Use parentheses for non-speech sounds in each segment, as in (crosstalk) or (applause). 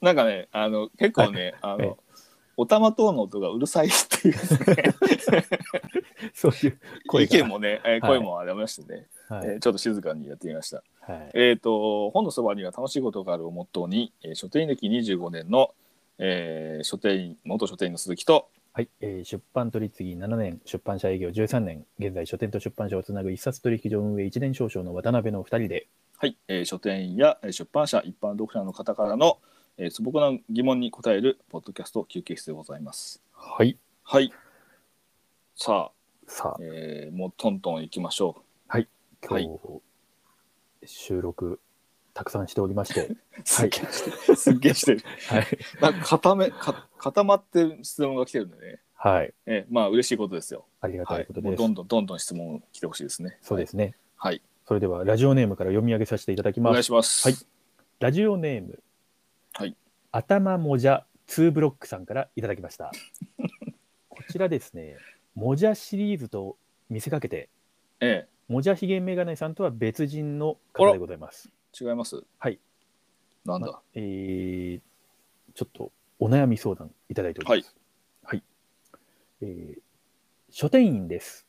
なんかね、あの、結構ね、あはいの、お玉等の音がうるさいっていう (laughs) そういう声意が見もね、えー (laughs) は声いもありましてね、はいえーちょっと静かにやってみました。はいえっ、と、本のそばには楽しいことがあるをモットーに、えー書店員歴25年の、えー書店員、元書店員の鈴木と、はいえー出版取り次ぎ7年出版社営業13年現在書店と出版社をつなぐ一冊取引所運営一年少々の渡辺のお二人ではい、えー書店員やえー出版社、一般読者の方からの、えー素朴な疑問に答えるポッドキャスト休憩室でございます。はいはい。さあ、さあえーもうトントン行きましょ今日、収録たくさんしておりまして (laughs) う。すっげえしてる。すっげえしてる。はいなんか固めか固まってる質問が来てるんでね。はいえーまあ嬉しいことですよ。ありがたはいいこと。もうです、どんどんどんどん質問来てほしいですね。。そうですすねはい。それではラジオネームから読み上げさせていただきおま願いすします。はいラジオネーム、はい、頭もじゃ2ブロックさんからいただき (laughs) ました。こちらですね、もじゃシリーズと見せかけて、えもじゃひげメガネさんとは別人の方でございます。え、違います。はい。なんまだ。えーちょっとお悩み相談いただいております。はい。えー書店員です。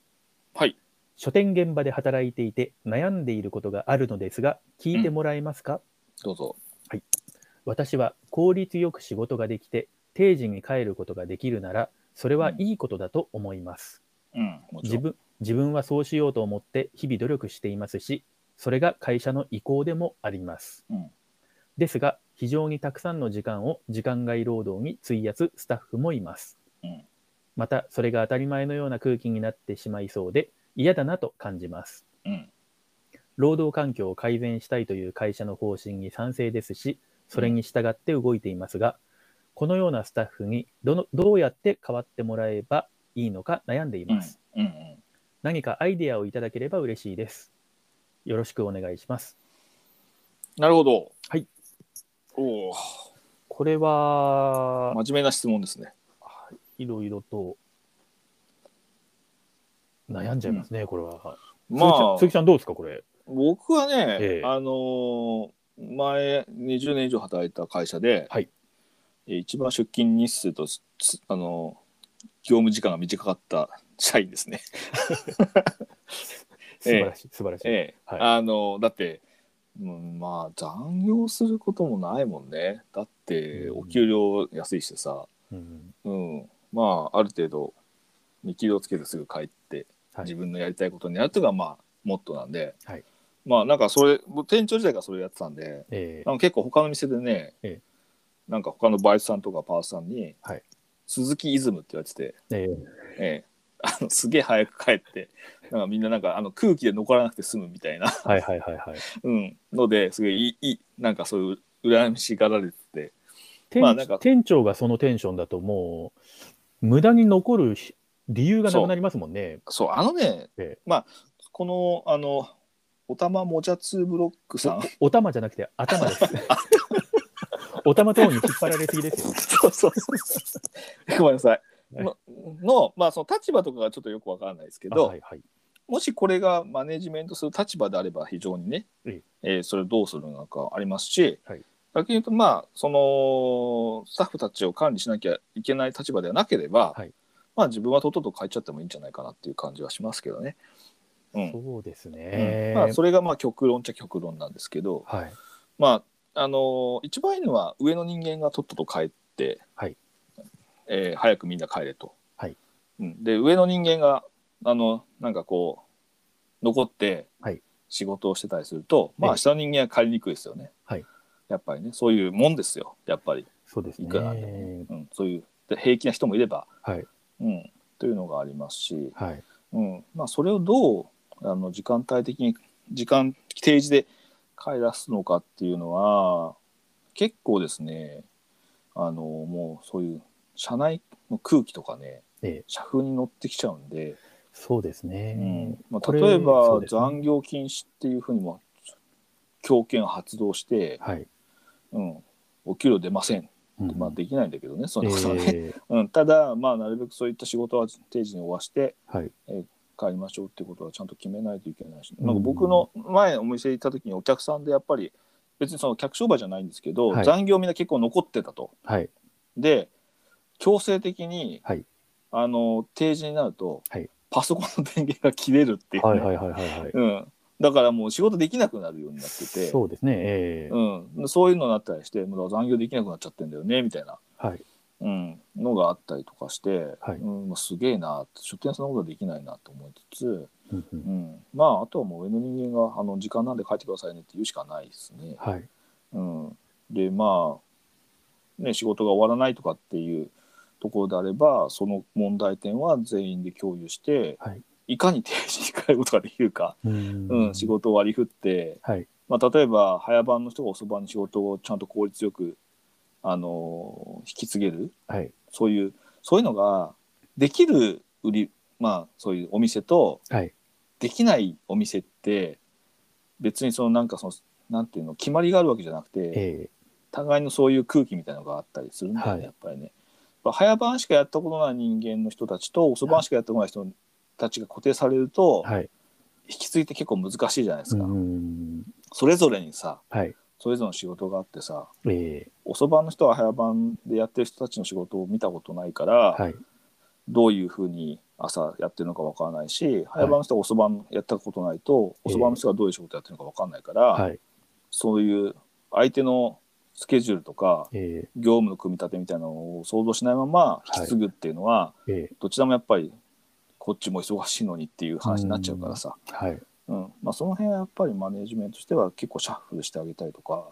はい。書店現場で働いていて悩んでいることがあるのですが、聞いてもらえますか、どうぞ。私は効率よく仕事ができて定時に帰ることができるならそれはいいことだと思います、うん。もち自ろん。分自分はそうしようと思って日々努力していますしそれが会社の意向でもあります、うんですが非常にたくさんの時間を時間外労働に費やすスタッフもいます、うんまたそれが当たり前のような空気になってしまいそうで嫌だなと感じますうん。労働環境を改善したいという会社の方針に賛成ですし、それに従って動いていますが、このようなスタッフにどのどうやって変わってもらえばいいのか悩んでいうんます。。うん。うん何かアイデアをいただければ嬉しいです。よろしくお願いします。なるほど。はい。おお。これは、真面目な質問ですね。いろいろと悩んじゃいますね、これは。まあ鈴木さん鈴木、さんどうですか、これ。僕はね、ええあのー前20年以上働いた会社で、はいえー一番出勤日数と、つあのー業務時間が短かった社員 (laughs) ですね。素晴らしい、素晴らしい。ええはいあのだって、うん、まあ残業することもないもんねだってうんお給料安いしさ、うんうんまあある程度見切りをつけてすぐ帰ってはい自分のやりたいことになるっていうのがまあモットーなんで、はいまあなんかそれ僕店長時代からそれやってたんでええなんか結構他の店でね、ええなんか他のバイトさんとかパートさんに「はい鈴木イズム」って言われてて。ええええ、あのすげえ早く帰ってなんかみんななんかあの空気で残らなくて済むみたいな、 (laughs) はいはいはいはい。うん、のですごいいいいいなんかそういう羨ましがられてて店,、まあなんか店長がそのテンションだともう無駄に残るし理由がなくなりますもんね。そうあのね、ええまあこのあのおたまもじゃつブロックさん (laughs) お玉じゃなくて頭です。お玉等に引っ張られすぎですよ。そうそうそうごめんなさい、はいののまあその立場とかがちょっとよくわからないですけあど、はいはい。もしこれがマネジメントする立場であれば非常にね、うんえーそれをどうするのかありますし、はい逆に言うとまあそのスタッフたちを管理しなきゃいけない立場ではなければ、はいまあ自分はとっとと変えちゃってもいいんじゃないかなっていう感じはしますけどね。うんそうですうね。んまあ、それがまあ極論っちゃ極論なんですけど、はい。まああのー一番いいのは上の人間がとっとと帰って、はいえー早くみんな帰れと。はいうん、で上の人間があのなんかこう残ってはい仕事をしてたりすると、まええあ下の人間は帰りにくいですよね。はいやっぱりねそういうもんですよやっぱり、そうですねいくら。でうん、そういうで平気な人もいれば、はいうん、というのがありますし、はい。うんまあ、それをどうあの時間帯的に時間定時で帰らすのかっていうのは結構ですねあのもうそういう社内の空気とかね、ええ社風に乗ってきちゃうんで、そうですうねん。まあ、これ例えそばうですね残業禁止っていうふうにも強権を発動して、はい。うん、お給料出ませんって、うんまあ、できないんだけどねそんえなことはね、ーうん、ただ、まあ、なるべくそういった仕事は定時に終わしてはい。帰りましょうってことはちゃんと決めないといけないし、うんなんか僕の前お店行った時にお客さんでやっぱり別にその客商売じゃないんですけど、はい残業みんな結構残ってたと。はい。で強制的に、はいあの定時になると、はいパソコンの電源が切れるっていうね、はいはいはいはいはい。うん、だからもう仕事できなくなるようになっててそうですね。ええうん、そういうのになったりしてもう残業できなくなっちゃってんだよねみたいな、はい。うん、のがあったりとかして、はいうんまあ、すげえな出店そんなことはできないなと思いつつ、うんううんん、まああとはもう上の人間があの時間なんで帰ってくださいねって言うしかないですね。はい。うん、でまあ、ね、仕事が終わらないとかっていうところであればその問題点は全員で共有して、はいかに定時に帰ることができるか、ううん、仕。事を割り振って、はい。まあ、例えば早番の人が遅番に仕事をちゃんと効率よく、あの引き継げるはい。そういうそういうのができる売りまあそういうお店とはい。できないお店って別にそのなんかそのなんていうの決まりがあるわけじゃなくて。え互いのそういう空気みたいなのがあったりするんだよね、はいやっぱりね。やっぱ早番しかやったことない人間の人たちと遅番しかやったことない人たちが固定されるえと、はい。引き継ぎって結構難しいじゃないですうか、ん。それぞれにさはい。それぞれの仕事があってさええ遅番の人は早番でやってる人たちの仕事を見たことないから、はい。どういうふうに朝やってるのかわからないし、早番の人は遅番やったことないと遅番の人がどういう仕事やってるのかわからないから、はい。そういう相手のスケジュールとかえ業務の組み立てみたいなのを想像しないまま引き継ぐっていうのは、えええどちらもやっぱりこっちも忙しいのにっていう話になっちゃうからさ、はい。うんまあ、その辺はやっぱりマネージメントとしては結構シャッフルしてあげたりとか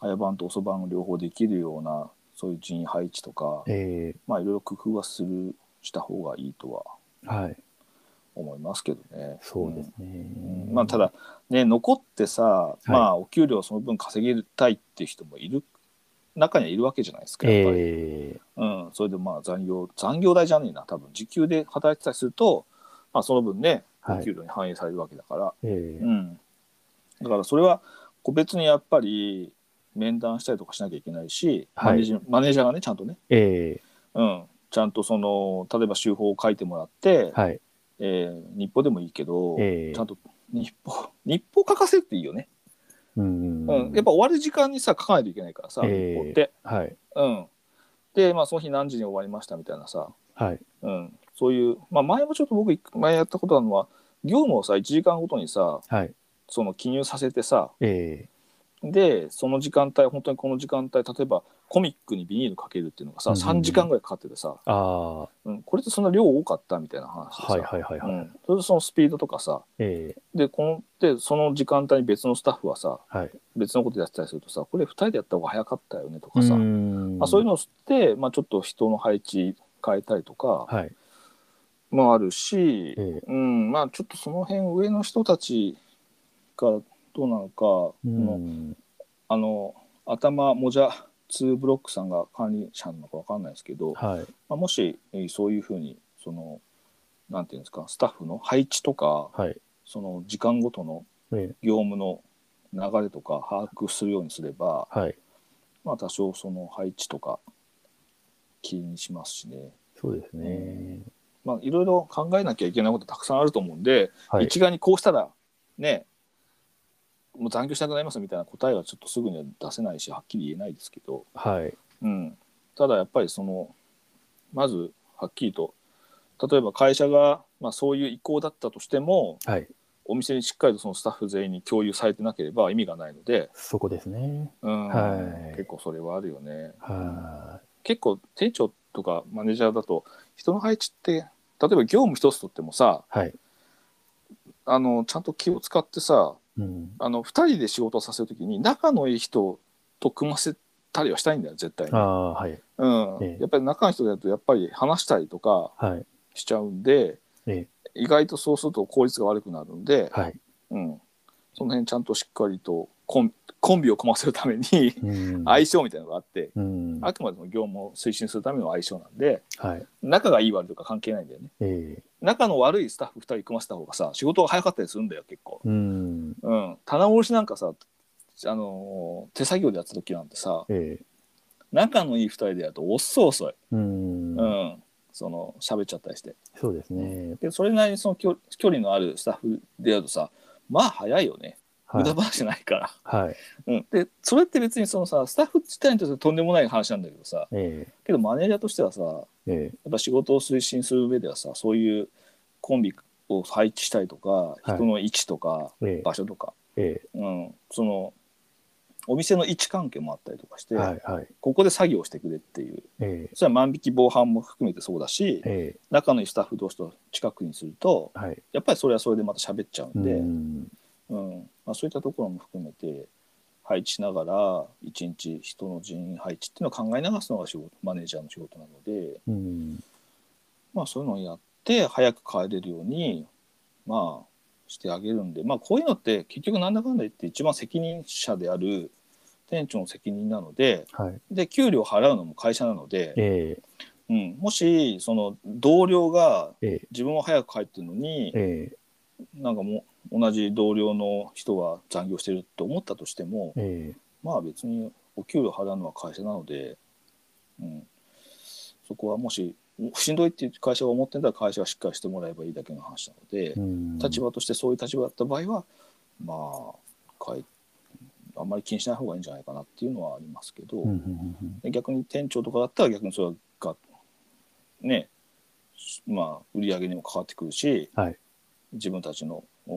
早番と遅番を両方できるようなそういう人員配置とか、えまあ、いろいろ工夫はするした方がいいとはえはい。思いますけどね。そうですねうん。まあ、ただね残ってさ、いまあお給料その分稼ぎたいっていう人もいる中にはいるわけじゃないですかやっぱり、ええうん、それでまあ残業残業代じゃねえな多分時給で働いてたりすると、まあ、その分ねはい給料に反映されるわけだから、ええうん、だからそれは個別にやっぱり面談したりとかしなきゃいけないし、はいマネージマネージャーがねちゃんとね、えうん、ちゃんとその例えば週報を書いてもらって、えはい。えー日報でもいいけど、ええちゃんと日報日報書かせるっていいよね、うんうんやっぱ終わる時間にさ書かないといけないからさ、ええ日報って。はい。うん、で、まあ、その日何時に終わりましたみたいなさはい。うん、そういう、まあ、前もちょっと僕い前やったことあるのは業務をさ1時間ごとにさはい。その記入させてさえでその時間帯本当にこの時間帯例えばコミックにビニールかけるっていうのがさ、うんうんうん3時間ぐらいかかっててさ、えあうん、これってそんな量多かったみたいな話あでさ、ー。はいはいはいはい。うん、それでそのスピードとかさええでこのでその時間帯に別のスタッフはさはい。別のことやってたりするとさこれ2人でやった方が早かったよねとかさ、うんまあ、そういうのを知って、まあ、ちょっと人の配置変えたりとかはい。もあるし、ええうん、まあちょっとその辺上の人たちがどうなのか、うもうんあの頭もじゃ2ブロックさんが管理者なのかわかんないですけど、はい。まあ、もし、えーそういうふうにそのなんていうんですかスタッフの配置とかはい。その時間ごとのええ業務の流れとか把握するようにすれば、はい。まあ、多少その配置とか気にしますしね、そうですね。まあ、いろいろ考えなきゃいけないことたくさんあると思うんで、はい。一概にこうしたらねもう残業したくなりますみたいな答えはちょっとすぐには出せないしはっきり言えないですけど、はい。うん、ただやっぱりそのまずはっきりと例えば会社が、まあ、そういう意向だったとしてもはい。お店にしっかりとそのスタッフ全員に共有されてなければ意味がないので、そこですね。うんはい結構それはあるよね。は結構店長とかマネージャーだと人の配置って例えば業務一つとってもさい。はい。あのちゃんと気を使ってさうん。あの2人で仕事をさせるときに仲のいい人と組ませたりはしたいんだよ絶対にあ、あ、はい。うんええやっぱり仲のいい人だとやっぱり話したりとかはい。しちゃうんで、え意外とそうすると効率が悪くなるんで、はい。うん、その辺ちゃんとしっかりとコンコンビを組ませるためにうん。相性みたいなのがあって、うん。はあくまでも業務を推進するための相性なんでい。仲がいい悪いとか関係ないんだよねええ仲の悪いスタッフ2人組ませた方がさ仕事が早かったりするんだよ結構。うん。うん、棚卸しなんかさ、あのー手作業でやった時なんてさええ仲のいい2人でやると遅い遅い、うんうん。その喋っちゃったりしてそうですね。でそれなりにその距距離のあるスタッフでやるとさまあ早いよね、は無駄い。話じゃないから、はい。うん、でそれって別にそのさスタッフ自体にとってとんでもない話なんだけどさえけどマネージャーとしてはさやええっぱ仕事を推進する上ではさそういうコンビを配置したりとかい人の位置とかえええ場所とか、えうん、そのお店の位置関係もあったりとかして、えはい。はい。ここで作業してくれっていうえそれは万引き防犯も含めてそうだしええ仲のいいスタッフ同士と近くにするとえはい。やっぱりそれはそれでまた喋っちゃうんで、うんうんまあ、そういったところも含めて配置しながら一日人の人員配置っていうのを考え流すのが仕事マネージャーの仕事なので、うん。まあ、そういうのをやって早く帰れるように、まあ、してあげるんで、まあ、こういうのって結局なんだかんだ言って一番責任者である店長の責任なのではい。で給料払うのも会社なので、えうん、もしその同僚がええ自分は早く帰ってるのにええなんかもう同じ同僚の人が残業してると思ったとしてもええまあ別にお給料払うのは会社なので、うん、そこはもししんどいっていう会社が思ってんだら会社はしっかりしてもらえばいいだけの話なのでう、ん立場としてそういう立場だった場合はまあかいあんまり気にしない方がいいんじゃないかなっていうのはありますけど、うんうんうんうんで逆に店長とかだったら逆にそれがねまあ売り上げにも関わってくるし、はい自分たちのお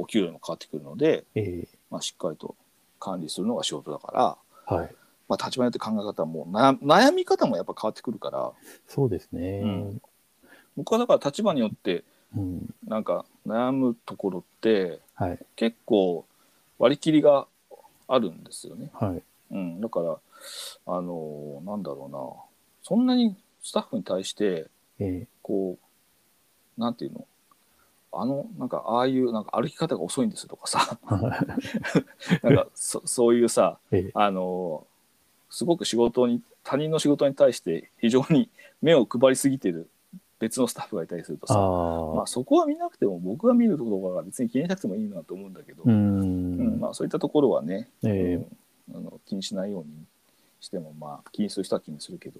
お給料にも関わってくるので、えまあ、しっかりと管理するのが仕事だから、えはい。まあ、立場によって考え方も悩悩み方もやっぱ変わってくるからそうですね。うん僕はだから立場によってうんなんか悩むところってはい。結構割り切りがあるんですよね。はい。うん、だからあのなんだろうなそんなにスタッフに対してえこうなんていうのあのなんかああいうなんか歩き方が遅いんですとかさ (laughs) なんかそそういうさええあのすごく仕事に他人の仕事に対して非常に目を配りすぎてる別のスタッフがいたりするとあさあ、まあ、そこは見なくても僕が見るところが別に気にしなくてもいいなと思うんだけど、うん、うんまあ、そういったところはね、ええうんあの気にしないようにしてもまあ気にする人は気にするけど。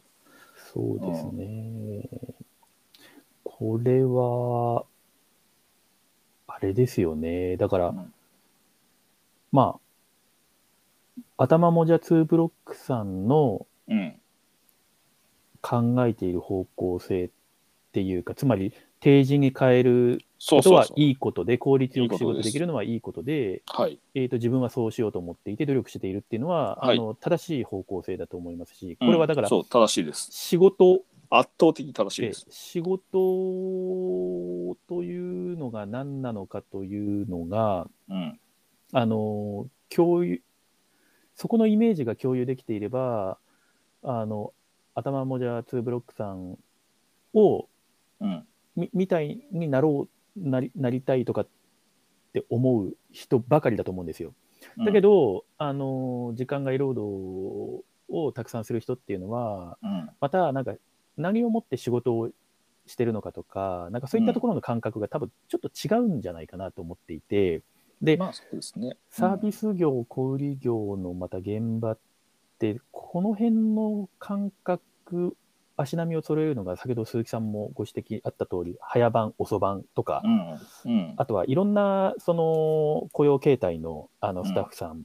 そうですね。これは、あれですよね。だから、うんまあ、頭もじゃ2ブロックさんのうん考えている方向性っていうか、つまり、定時に変えるそこうとそうはそういいことで、効率よく仕いいこと事ですできるのはいいことで、はいえー、と自分はそうしようと思っていて努力しているっていうのは、はいあの正しい方向性だと思いますし、これはだからうんそう正しいです仕事圧倒的に正しいでです。仕事というのが何なのかというのが、うんあの共有そこのイメージが共有できていれば、あの頭もじゃ2ブロックさんをうんみみたいになろうなりなりたいとかって思う人ばかりだと思うんですよ。うんだけど、あの時間外労働をたくさんする人っていうのはうんまたなんか何をもって仕事をしてるのかとかなんかそういったところの感覚が多分ちょっと違うんじゃないかなと思っていてで、まあそうですね。サービス業小売業のまた現場ってこの辺の感覚足並みを揃えるのが先ほど鈴木さんもご指摘あった通り早番遅番とかうんうんあとはいろんなその雇用形態のあうのんスタッフさん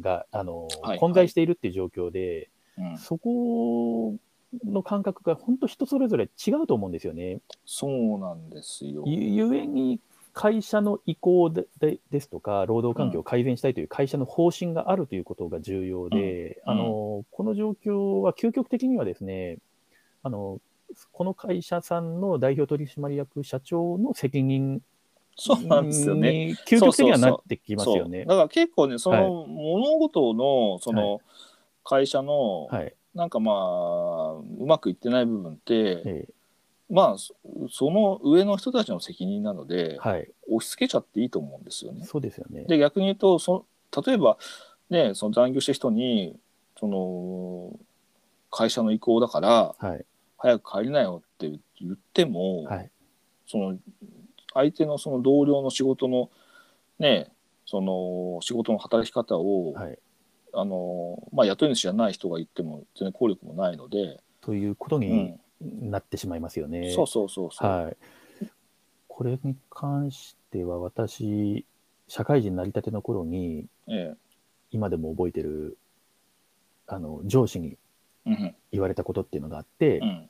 が、あのはい混在しているっていう状況で、うんそこの感覚が本当人それぞれ違うと思うんですよね。そうなんですよ。ゆゆえに会社の意向ででですとか、労働環境を改善したいという会社の方針があるということが重要で、うんあのこの状況は究極的にはですねあの、この会社さんの代表取締役社長の責任そうなんですよね。に究極的にはなってきますそようね。だから結構ねその物事のその会社のはい。なんかまあうまくいってない部分ってえまあそその上の人たちの責任なのえではい。押し付けちゃっていいと思うんですよね。そうですよね。で逆に言うとそ例えば、ね、その残業した人にその会社の意向だからはい。早く帰りなよって言っても、はい。その相手のその同僚の仕事のねその仕事の働き方を、はい。あのまあ、雇い主じゃない人が言っても全然効力もないので、というこうとにんなってしまいますよね。そうそうそうそう、はい。これに関しては私、社会人なりたての頃に、え今でも覚えてる、あの、上司にえ。うん言われたことっていうのがあって、うん。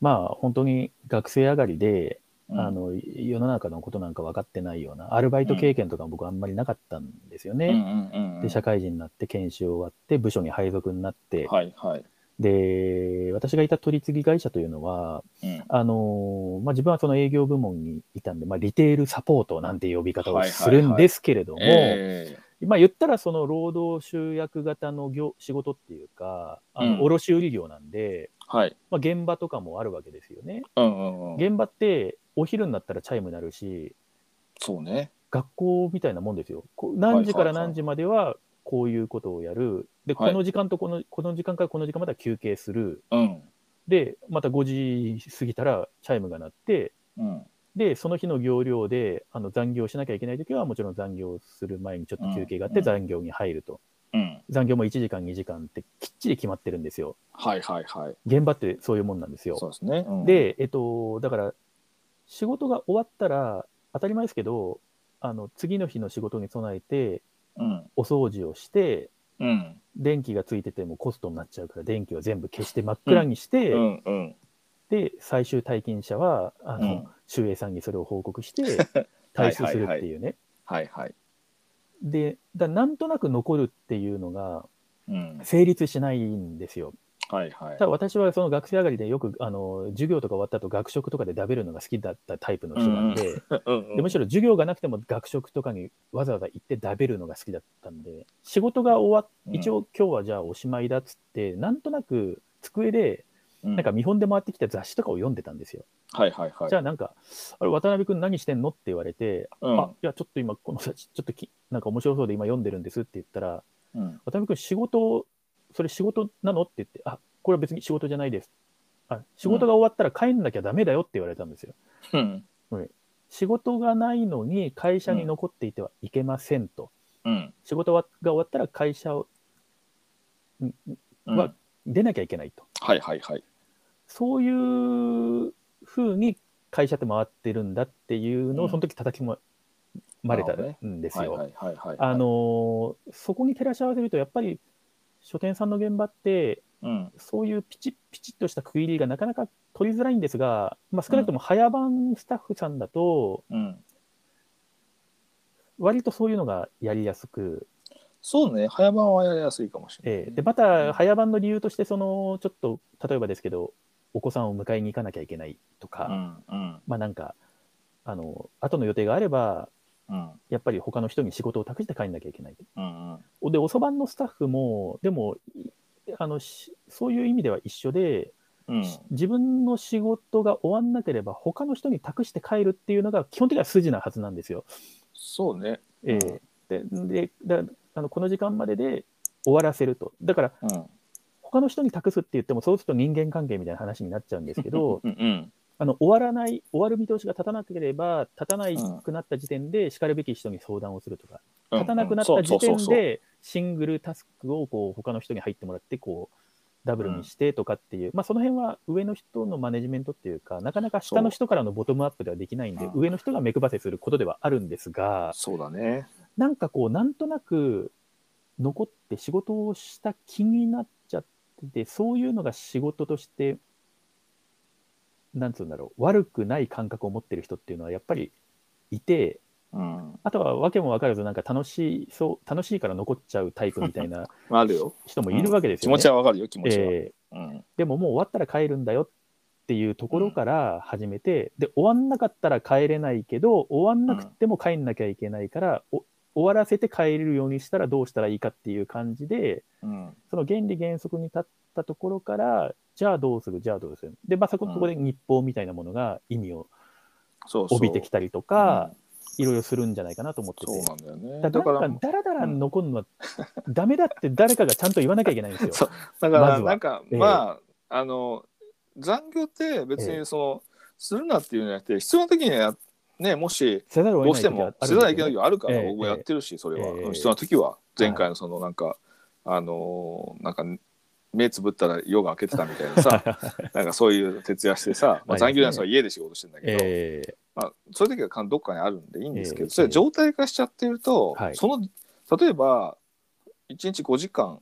まあ、本当に学生上がりで、うん。あの世の中のことなんか分かってないようなアルバイト経験とかも僕あんまりなかったんですようんうね。んうんうん。で社会人になって研修終わって部署に配属になって、はいはい。で私がいた取り次ぎ会社というのはうん。あの、まあ、自分はその営業部門にいたんで、まあ、リテールサポートなんていう呼び方をするんですけれども、えまあ、言ったらその労働集約型の業仕事っていうかあうの、ん卸売業なんで、え。はい。まあ、現場とかもあるわけですよね。うんうんうん。現場ってお昼になったらチャイム鳴るしそうね。学校みたいなもんですよ。こう何時から何時まではこういうことをやる。で、はいこの時間とこのこの時間からこの時間までは休憩する。うん。で、また5時過ぎたらチャイムが鳴って、うん。で、その日の業量であの残業しなきゃいけないときは、もちろん残業する前にちょっと休憩があっうんうてん残業に入ると。うん。残業も1時間、2時間ってきっちり決まってるんですよ。はいはいはい。現場ってそういうもんなんですよ。そうですね。うん、で、えっと、だから、仕事が終わったら、当たり前ですけど、あの次の日の仕事に備えて、うん。お掃除をして、うん。電気がついててもコストになっちゃうから電気を全部消して真っ暗にして、うんうん。で最終退勤者はあの、うん周衛さんにそれを報 (laughs) 告して退出するっていうね。はいはい。でだなんとなく残るっていうのがうん。成立しないんですよ。はいはいた。だ私はその学生上がりでよくあの授業とか終わった後学食とかで食べるのが好きだったタイプの人なんで,、うんでむしろ授業がなくても学食とかにわざわざ行って食べるのが好きだったんで仕事が終わっうん一応今日はじゃあおしまいだっつって、なんとなく机でうん、なんか見本で回ってきた雑誌とかを読んでたんですよ。はいはいはい。じゃあなんか、あれ、渡辺君何してんのって言われて、うんあ、いや、ちょっと今、この雑誌、ちょっとき、なんか面白そうで今読んでるんですって言ったら、うん、渡辺君仕事、それ仕事なのって言って、あ、これは別に仕事じゃないです。あ、仕事が終わったら帰んなきゃダメだよって言われたんですよ。うん、仕事がないのに会社に残っていてはいけませんと。うん、仕事はが終わったら会社をうんまあ出なきゃいけないと。はいはいはい。そういうふうに会社って回ってるんだっていうのうを、んその時叩き込まれたなるほんですはいよ。はいはいはい。あの、ーそこに照らし合わせると、やっぱり書店さんの現場って、うん、そういうピチッピチッとした区切りがなかなか取りづらいんですが、まあ、少なくとも早番スタッフさんだと、うん。割とそういうのがやりやすく、そうね、早番はやりやすいかもしれない。えーでまた早番の理由として、そのちょっと例えばですけど、お子さんを迎えに行かなきゃいけないとか、うん、うん、まあなんか、あの、後の予定があれば、うん、やっぱり他の人に仕事を託して帰んなきゃいけない。うん、うん。で、遅番のスタッフも、でも、いあの、しそういう意味では一緒で、うんし自分の仕事が終わんなければ、他の人に託して帰るっていうのが、基本的には筋なはずなんですよ。そうね。ええで、でだあのこの時間までで終わらせると。だから、うん、他の人に託すって言っても、そうすると人間関係みたいな話になっちゃうんです (laughs) けど、うん、うん、あの終わらない、終わる見通しが立たなければ、立たないくなった時点で、しかるべき人に相談をするとか、うん。立たなくなった時そう点そうそうで、シングルタスクをこう他の人に入ってもらって、こう、ダブルにしてとかっていう、まあ、その辺は上の人のマネジメントっていうか、なかなか下の人からのボトムアップではできないんそ、でううん上の人が目配せすることではあるんですが、そうだね。なんかこう、なんとなく残って仕事をした気になっちゃってて、そういうのが仕事として、なんつうんだろう、悪くない感覚を持ってる人っていうのはやっぱりいて、うん。あとは訳も分からず、なんか楽しい、そう、楽しいから残っちゃうタイプみたい (laughs) なあるよ。人もいるわけです気よね。持ちはわかるよ、気持ちは。ええうん、でももう終わったら帰るんだよっていうところから始めて、で、終わんなかったら帰れないけど、終わんなくっても帰んなきゃいけないから、お終わらせて帰れるようにしたらどうしたらいいかっていう感じで、うん、その原理原則に立ったところから、じゃあどうする、じゃあどうする。で、まあそこうんそこで日報みたいなものが意味をそうそう。帯びてきたりとか、いろいろするんじゃないかなと思ってうん。そうて。なんだよね。だだか、からら、なんかダラダラ残るのはダメだって誰かがちゃんと言わなきゃいけないんですよ。そうだかまらずはなんか、ええまああの残業って別えにその、するなっていうんじゃなくて必要な時にやねもしせざるをどう得しなてい時はもあせるんざるでを得ないすよね時はあるから、ええ僕もやってるしそれは、ええ必要な時はええ前回のそのなんか、あのなんか目つぶったら夜が明けてたみたいな (laughs) さなんかそういう徹夜してさ、まあ、残業なんは家で仕事してんだけど、ええまあ、そういう時はかんどっかにあるんでいいんですけど、ええそれ状態化しちゃってると、はいその例えば1日5時間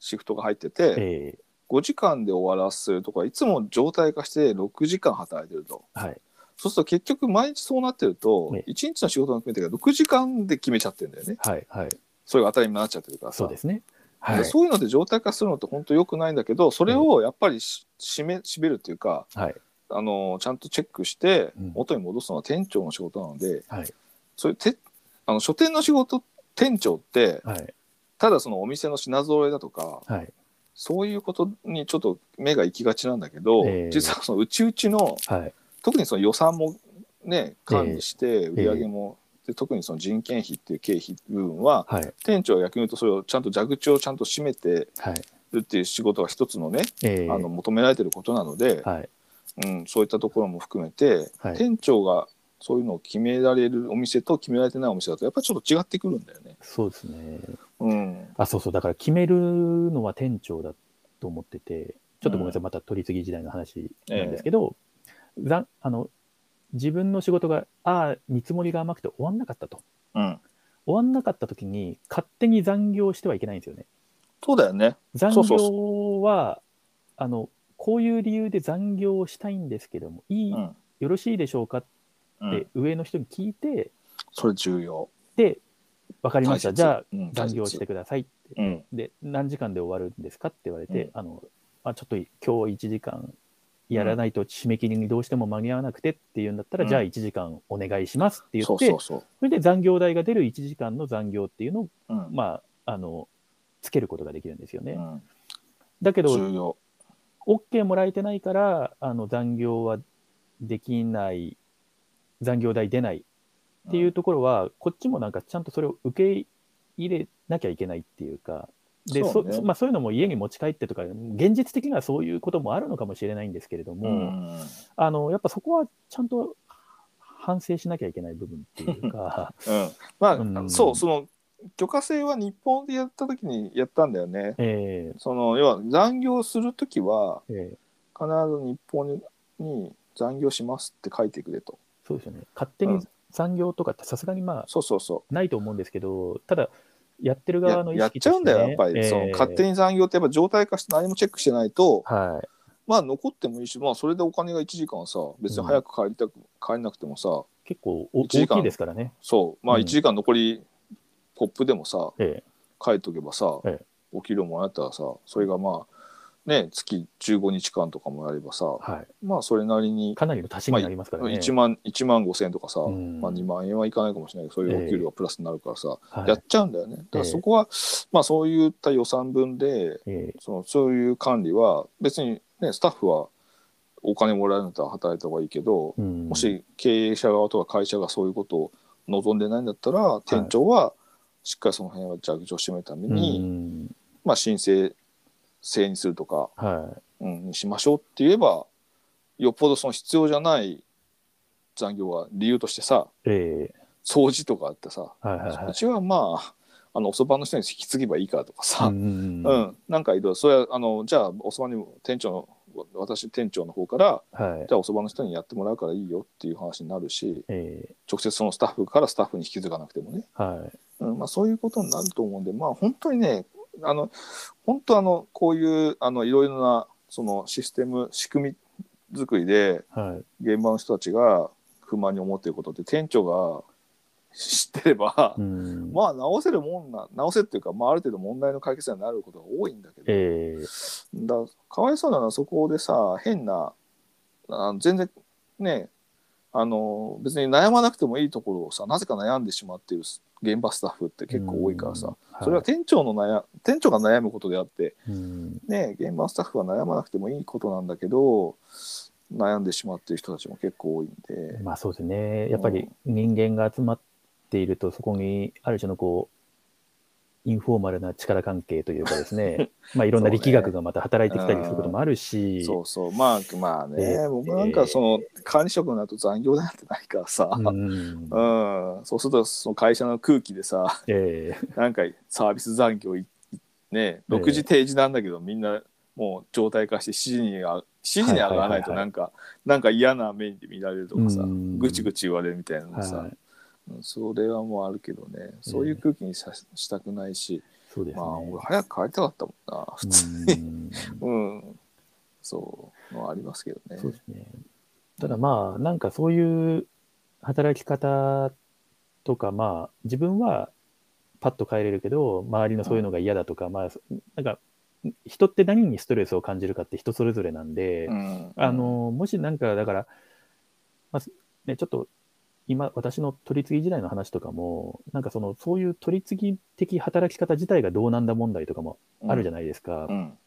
シフトが入ってて、ええ5時間で終わらせるとかいつも状態化して6時間働いてるとはい。そうすると結局毎日そうなってると、ええ1日の仕事の決め手が6時間で決めちゃってるんだよねはい。はい。それが当たり前になっちゃってるからさそうですね。ではい。そういうので状態化するのって本当良くないんだけどそれをやっぱりし締め締めるっていうかはい。あのちゃんとチェックしてうん元に戻すのは店長の仕事なので、はい。そういうてあの書店の仕事店長ってはい。ただそのお店の品揃えだとかはい。そういうことにちょっと目が行きがちなんだけど、ええ実はそのうちうちのはい。特にその予算もね管理して売り上げも、で特にその人件費っていう経費部分ははい。店長は逆に言うとそれをちゃんと蛇口をちゃんと閉めてはい。るっていう仕事が一つのね、ええあの求められてることなので、はい。うん、そういったところも含めて、はい店長がそういうのを決められるお店と決められてないお店だとやっぱりちょっと違ってくるんだよね。そうですね。うん、あ、そうそう。だから決めるのは店長だと思ってて、ちょっとごめんなさい。また取り次ぎ時代の話なんですけど、ざんあの、自分の仕事が、ああ、見積もりが甘くて終わんなかったと。うん、終わんなかった時に、勝手に残業してはいけないんですよね。そうだよね。残そうそう業は、あの、こういう理由で残業をしたいんですけども、いい、うん、よろしいでしょうかっうんて上の人に聞いて、それ重要。で、わかありました。じゃあ、うん、残業してくださいって。大切うん、で、何時間で終わるんですかって言われうて、んあの、あ、ちょっと今日1時間やらないと締め切りにどうしても間に合わなくてっていうんだったら、うんじゃあ1時間お願いしますって言って、そそうそうそう。れで残業代が出る1時間の残業っていうのを、うんまあ、あの、つけることができるんですよね。うん、だけど、重要。 OK もらえてないから、あの残業はできない、残業代出ないっていうところは、こっちもなんかちゃんとそれを受け入れなきゃいけないっていうか、でそそうねそまあ、そういうのも家に持ち帰ってとか、現実的にはそういうこともあるのかもしれないんですけれどうも、ん、あのやっぱそこはちゃんと反省しなきゃいけない部分って (laughs) いうか、うん、まあ、うんそうその許可制は日本でやった時にやったんだよね。えその要は残業する時はーえー必ず日本に残業しますって書いてくれと。そうですよね、勝手うにん残業とかってさすがにまあそうそうそないと思うんですけど、ただ、やってるう。側やの意やっ識ちゃうんだよ、ねやっぱり、そのえー勝手に残業ってやっぱ状態化して何もチェックしてないと、はい、まあ残ってもいいし、まあそれでお金が1時間さ、別に早く帰りたく、帰れなくてもさ、結構お大一時間きいですからね。そう、まあうん1時間残りコップでもさ、え書いとけばさ、えお給料もらったらさ、それがまあ、ね、月15日間とかもやればさ、え、はまあそれなりにい。、かなりの足しになりますからね。 1万、1万5千円とかさ、うんまあ2万円はいかないかもしれないけど、そういうお給料がプラスになるからさ、はいやっちゃうんだよね。だからそこは、まあそういった予算分で、ええそのそういう管理は別にね、スタッフはお金もらえるんだったら働いた方がいいけど、うんもし経営者側とか会社がそういうことを望んでないんだったら、店長はしっかりその辺は蛇口を閉めるために、うんまあ申請制にするとか、はい。うん、にしましょうって言えば、よっぽどその必要じゃない残業が理由としてさ、ええ掃除とかあってさ、はいはいはういちはまあ、あの、おそばの人に引き継げばいいからとかさ、ううん、んなんかいろいろ、それは、あの、じゃあ、おそばにも店長の、私店長の方から、はい。じゃあおそばの人にやってもらうからいいよっていう話になるし、ええ直接そのスタッフからスタッフに引き継がなくてもね、はうん、まあそういうことになると思うんで、まあ本当にね、あの、本当あの、こういう、あの、いろいろな、そのシステム、仕組み作りで、い。はい。現場の人たちが不満に思っていることって、店長が知ってれば、うんまあ直せるもんな直せっていうか、まあ、ある程度問題の解決にはなることが多いんだけど、ええだかわいそうなのはそこでさ変なあの全然ねあの別に悩まなくてもいいところをさなぜか悩んでしまっている現場スタッフって結構多いからさ、うんそれはい店長の悩店長が悩むことであって、うんね、現場スタッフは悩まなくてもいいことなんだけど悩んでしまっている人たちも結構多いんで、まあそうですね。やっぱり人間が集まっていると、そこにある種のこう、インフォーマルな力関係というかで (laughs) すね、まあいろんな力学がまた働いてきたりすることもあるし、そうそうまあまあね、えー僕なんかその管理職になると残業なんてないからさ、うんうん、そうするとその会社の空気でさええなんかサービス残業いね6時定時なんだけど、みんなもう状態化して指示にあ指示に上がらないとなんか、なんか嫌な目に見られるとかさ、うんぐちぐち言われるみたいなのさ、はい、うんそれはもうあるけどねそういう空気にさ、したくないし、そうですね。まあ俺早く帰りたかったもんな普通にううんん、そうのはありますけどねそうですね。ただまあ、なんかそういう働き方とか、まあ、自分はパッと変えれるけど、周りのそういうのが嫌だとか、まあ、なんか、人って何にストレスを感じるかって人それぞれなんで、うんあの、もしなんか、だから、まあ、ね、ちょっと、今、私の取り次ぎ時代の話とかも、なんかその、そういう取り次ぎ的働き方自体がどうなんだ問題とかもあるじゃゃないですか、うん、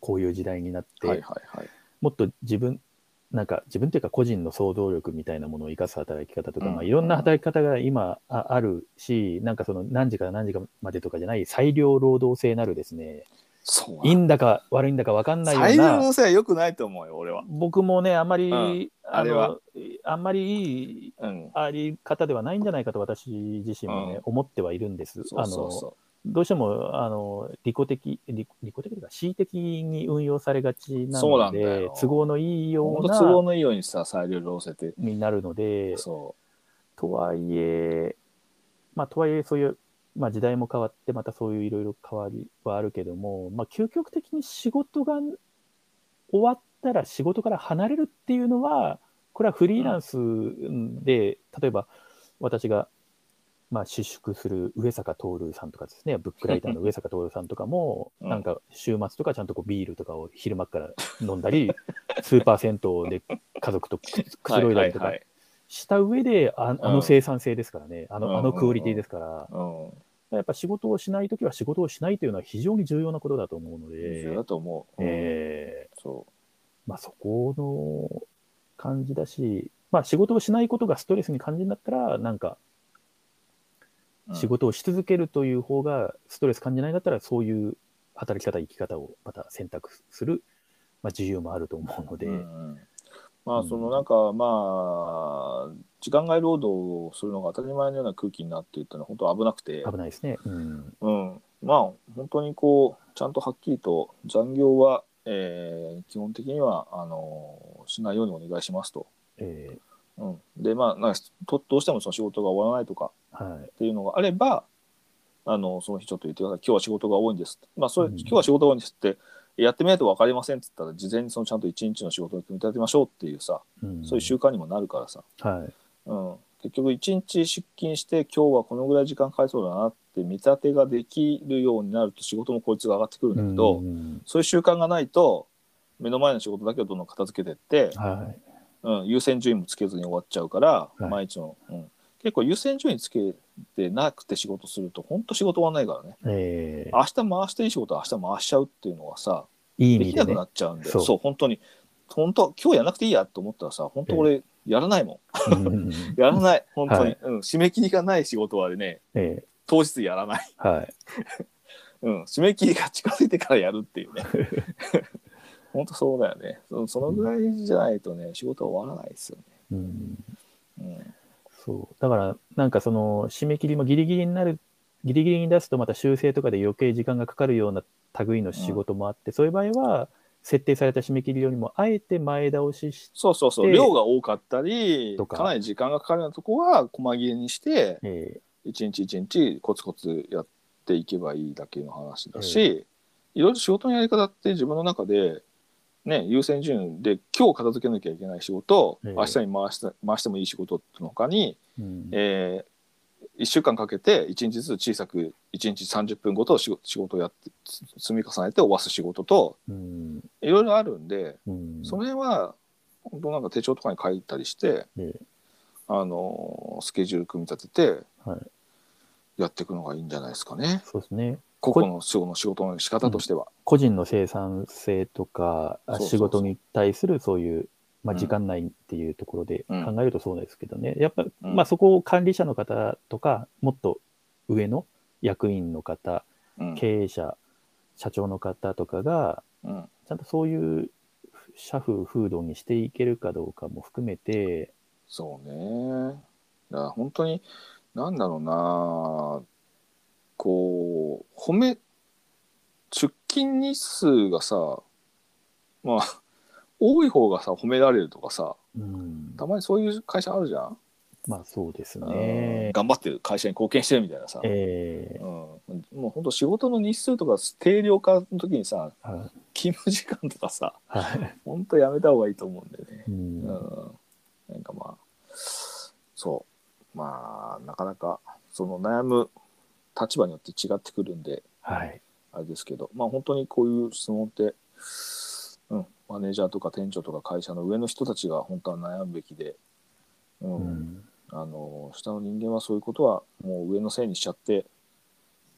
こういう時代になって、はいはいはいもっと自分、なんか自分というか個人の想像力みたいなものを生かす働き方とか、うんまあ、いろんな働き方が今ああるし、なんかその何時から何時までとかじゃない裁量労働制なるですね、そういいんだか悪いんだか分かんないよう最な、のせいは良くないと思うよ俺は僕もね、あんまり、うんああれのはあんまりいいうんあり方ではないんじゃないかと私自身もうね、ん思ってはいるんでそす。うそうそあのどうしてもあの利己的、利利己的というか、恣意的に運用されがちなそうなのんだでよ、都合のいいうよ本う当な都合のいいようにさ裁量労せてになるので、そとはいえ、まあ、とはいえ、そういう、まあ、時代も変わって、またそういういろいろ変わりはあるけども、まあ、究極的に仕事が終わったら仕事から離れるっていうのは、これはフリーランスで、例えば私が、まあ、私粛する上坂徹さんとかですね、ブックライターの上坂徹さんとかも、 (laughs) うんなんか週末とかちゃんとこうビールとかを昼間から飲ん (laughs) だり、スーパー銭湯で家族とくつうくつろいだりとかはいした上でああのうん生産性ですからね、あうんうんのうあんのクオリティですから、はいはいやっぱ仕事をしないときは仕事をしないというのは非常に重要なことだと思うのうん、で、だと思う、うんえそーまあ、そこの感じだし、まあ、仕事をしないことがストレスに感じになったら、なんかう、うん仕事をし続けるという方がストレス感じないんだったら、そういう働き方、生き方をまた選択する、まあ、自由もあると思うので、うんうんまうあんそのなんかまあ時間外労働をするのが当たり前のような空気になっていったのは本当危なくて、危ないですね。うんうん、まあ本当にこうちゃんとはっきりと残業は、えー基本的にはあのしないようにお願いしますと。えーうん、でまあなんかとどうしてもその仕事が終わらないとかはいっていうのがあればあのその日ちょっと言ってください今日は仕事が多いんですまあそれ、うん今日は仕事が多いんですってやってみないと分かりませんっつったら事前にそのちゃんと一日の仕事を組み立てましょうっていうさうん、そういう習慣にもなるからさ、はいうん、結局一日出勤して今日はこのぐらい時間かかりそうだなって見立てができるようになると仕事も効率が上がってくるんだけど、うんそういう習慣がないと目の前の仕事だけをどんどん片付けてって、はい、うん、優先順位もつけずに終わっちゃうから、い毎日の、うん、結構優先順位つけてなくて仕事すると本当仕事終わんないからねえー明日回していい仕事は明日回しちゃうっていうのはさいい意でき味でなくねな。っちゃうんでそそうう本当に本当今日やらなくていいやと思ったらさ本当俺やらないもん、うんうんうんやらない本当に、はいうん、締め切りがない仕事はねえ当日やらない、えはい。うん、締め切りが近づいてからやるって (laughs) いうね本当そうだよねそそのぐらいじゃないとね仕事は終わらないですようん、ね、そう。だから、なんかその、締め切りもギリギリになる、ギリギリに出すとまた修正とかで余計時間がかかるような類の仕事もあって、そういう場合は、設定された締め切りよりも、あえて前倒ししそうそうそうで量が多かったりとかかなり時間がかかるようなとこは細切れにしてて、一日一日コツコツやっていけばいいだけの話だし、いろいろ仕事のやり方って自分の中で、ね、優先順位で今日片付けなきゃいけない仕事、ええ明日に回して回してもいい仕事の他に、うんえ1週間かけて1日ずつ小さく1日30分ごと仕事仕事をやってつ積み重ねて終わす仕事とうんいろいろあるんで。うんその辺は本当なんか手帳とかに書いたりして、ええあのースケジュール組み立ててはいやっていくのがいいんじゃないですかねそうですね。個々の仕事の仕事の仕方としては、個人の生産性とか、そあうそう仕そう事に対するそういう、まあ、うん時間内っていうところでうん考えるとそうですけどね、やっぱ、うんまあ、そこを管理者の方とか、もっと上の役員の方、うん経営者、社長の方とかが、うんちゃんとそういう社風、風土にしていけるかどうかも含めて、そうねだから本当になんだろうなこう褒め出勤日数がさまあ多い方がさ褒められるとかさうん、たまにそういう会社あるじゃん、まあそうですうんね。頑張ってる会社に貢献してるみたいなさ、えうん、もう本当仕事の日数とか定量化の時にさーはい勤務時間とかさはい本当やめた方がいいと思うんだよね。うんうん、なんかまあそうまあなかなかその悩む立場によって違ってくるんではいあれですけどまあ本当にこういう質問って、うん、マネージャーとか店長とか会社の上の人たちが本当は悩むべきで、うんうんあの下の人間はそういうことはもう上のせいにしちゃって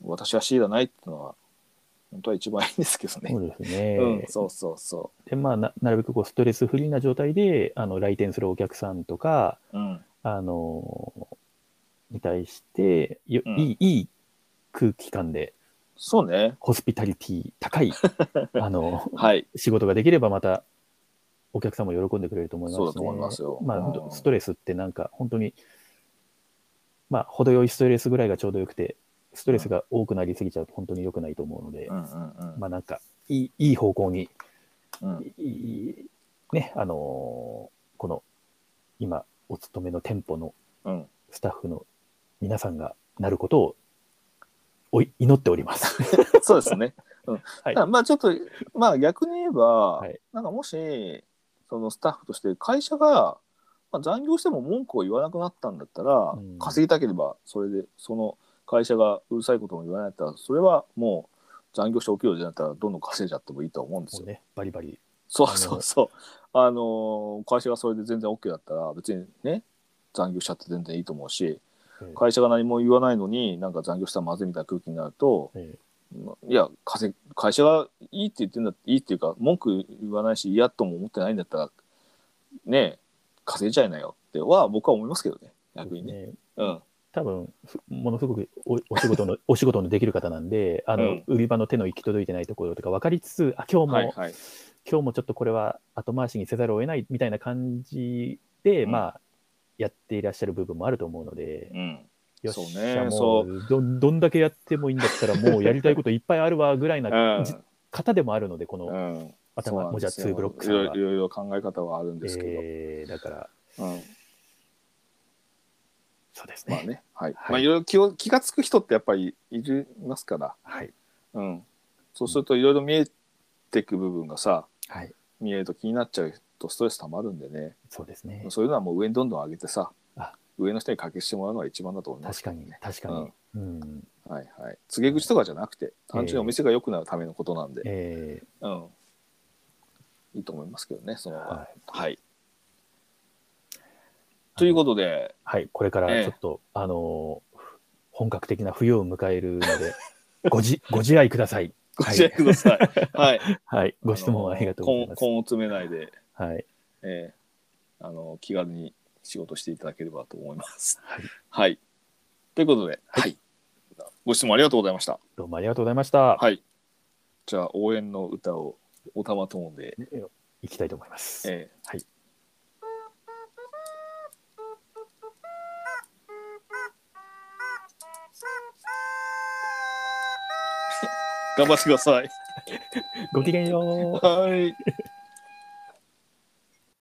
私は C だないっていうのは本当は一番いいんですけどね。そうですね。うん、そうそうそでまあななるべくこうストレスフリーな状態であの来店するお客さんとかう。うん、あのに対してよ、うんいいいい空気感でそうね。ホスピタリティ高 (laughs) いあのはい。仕事ができればまたお客さんも喜んでくれると思いますそうだと思いますよまあ、うん本当ストレスってなんか本当にまあ程よいストレスぐらいがちょうどよくてストレスが多くなりすぎちゃうと本当に良くないと思うので、うんうんうん。まあなんかいいいい方向にうんいいね、あのーこの今お勤めの店舗のうんスタッフの皆さんがなることをおい祈っております。 (laughs) そうですね。うんいだからまあちょっと、まあ逆に言えば、はいなんかもし、そのスタッフとして会社が、まあ、残業しても文句を言わなくなったんだったら、うん稼ぎたければ、それで、その会社がうるさいことも言わないんだったら、それはもう残業してお給料じゃなかったら、どんどん稼いじゃってもいいと思うんですもうよ。ね、バリバリ。そうそうそう。あのー会社がそれで全然 OK だったら、別にね、残業しちゃって全然いいと思うし、え会社が何も言わないのに、なんか残業したらまずいみたいな空気になると、えいや稼ぎ会社がいいって言ってんだいいっていうか文句言わないし嫌とも思ってないんだったらねえ稼いじゃいなよっては僕は思いますけどね逆にね。ねうん、多分ふものすごくおお仕事の (laughs) お仕事のできる方なんであの、うん売り場の手の行き届いてないところとか分かりつつあ今日も、はいはい。今日もちょっとこれは後回しにせざるを得ないみたいな感じで、うんまあやっていらっしゃる部分もあると思うので、うん、よっしそうねゃ、もそうどんどんだけやってもいいんだったら、もうやりたいこといっぱいあるわぐらいなうんじ方でもあるので、こうのん、頭、そうなんもじゃですよ2ブロックさいんろは。いろいろ考え方はあるんですけど、えーだから、うん、そうですまあね。ね、はい、はいまあいろいろ気を気が付く人ってやっぱりいるいますから、はい。うん、そうするといろいろ見えてく部分がさはい。見えると気になっちゃうとストレスたまるんでね、そうですね。そういうのはもう上にどんどん上げてさあ、上の人に掛けしてもらうのが一番だと思います確かに、確かに。うん。はいはい。告げ口とかじゃなくて、単純にお店が良くなるためのことなんで、えうん。いいと思いますけどね、そーの方が。ははいい。ということで、はい。これからちょっと、あのー、本格的な冬を迎えるので、ごじ、 (laughs) ご自愛ください。ごはい自愛ください。 (laughs) はい。はい。ご質問ありがとうございあのます根。根を詰めないで、はい。えーあの、気軽に仕事していただければと思います。はいはい。ということで、はい。ご質問ありがとうございました。どうもありがとうございました。はい。じゃあ、応援の歌を、おたまトーンで、いきたいと思います。えー (laughs) はい。頑張ってください。ごきげんよう。はい。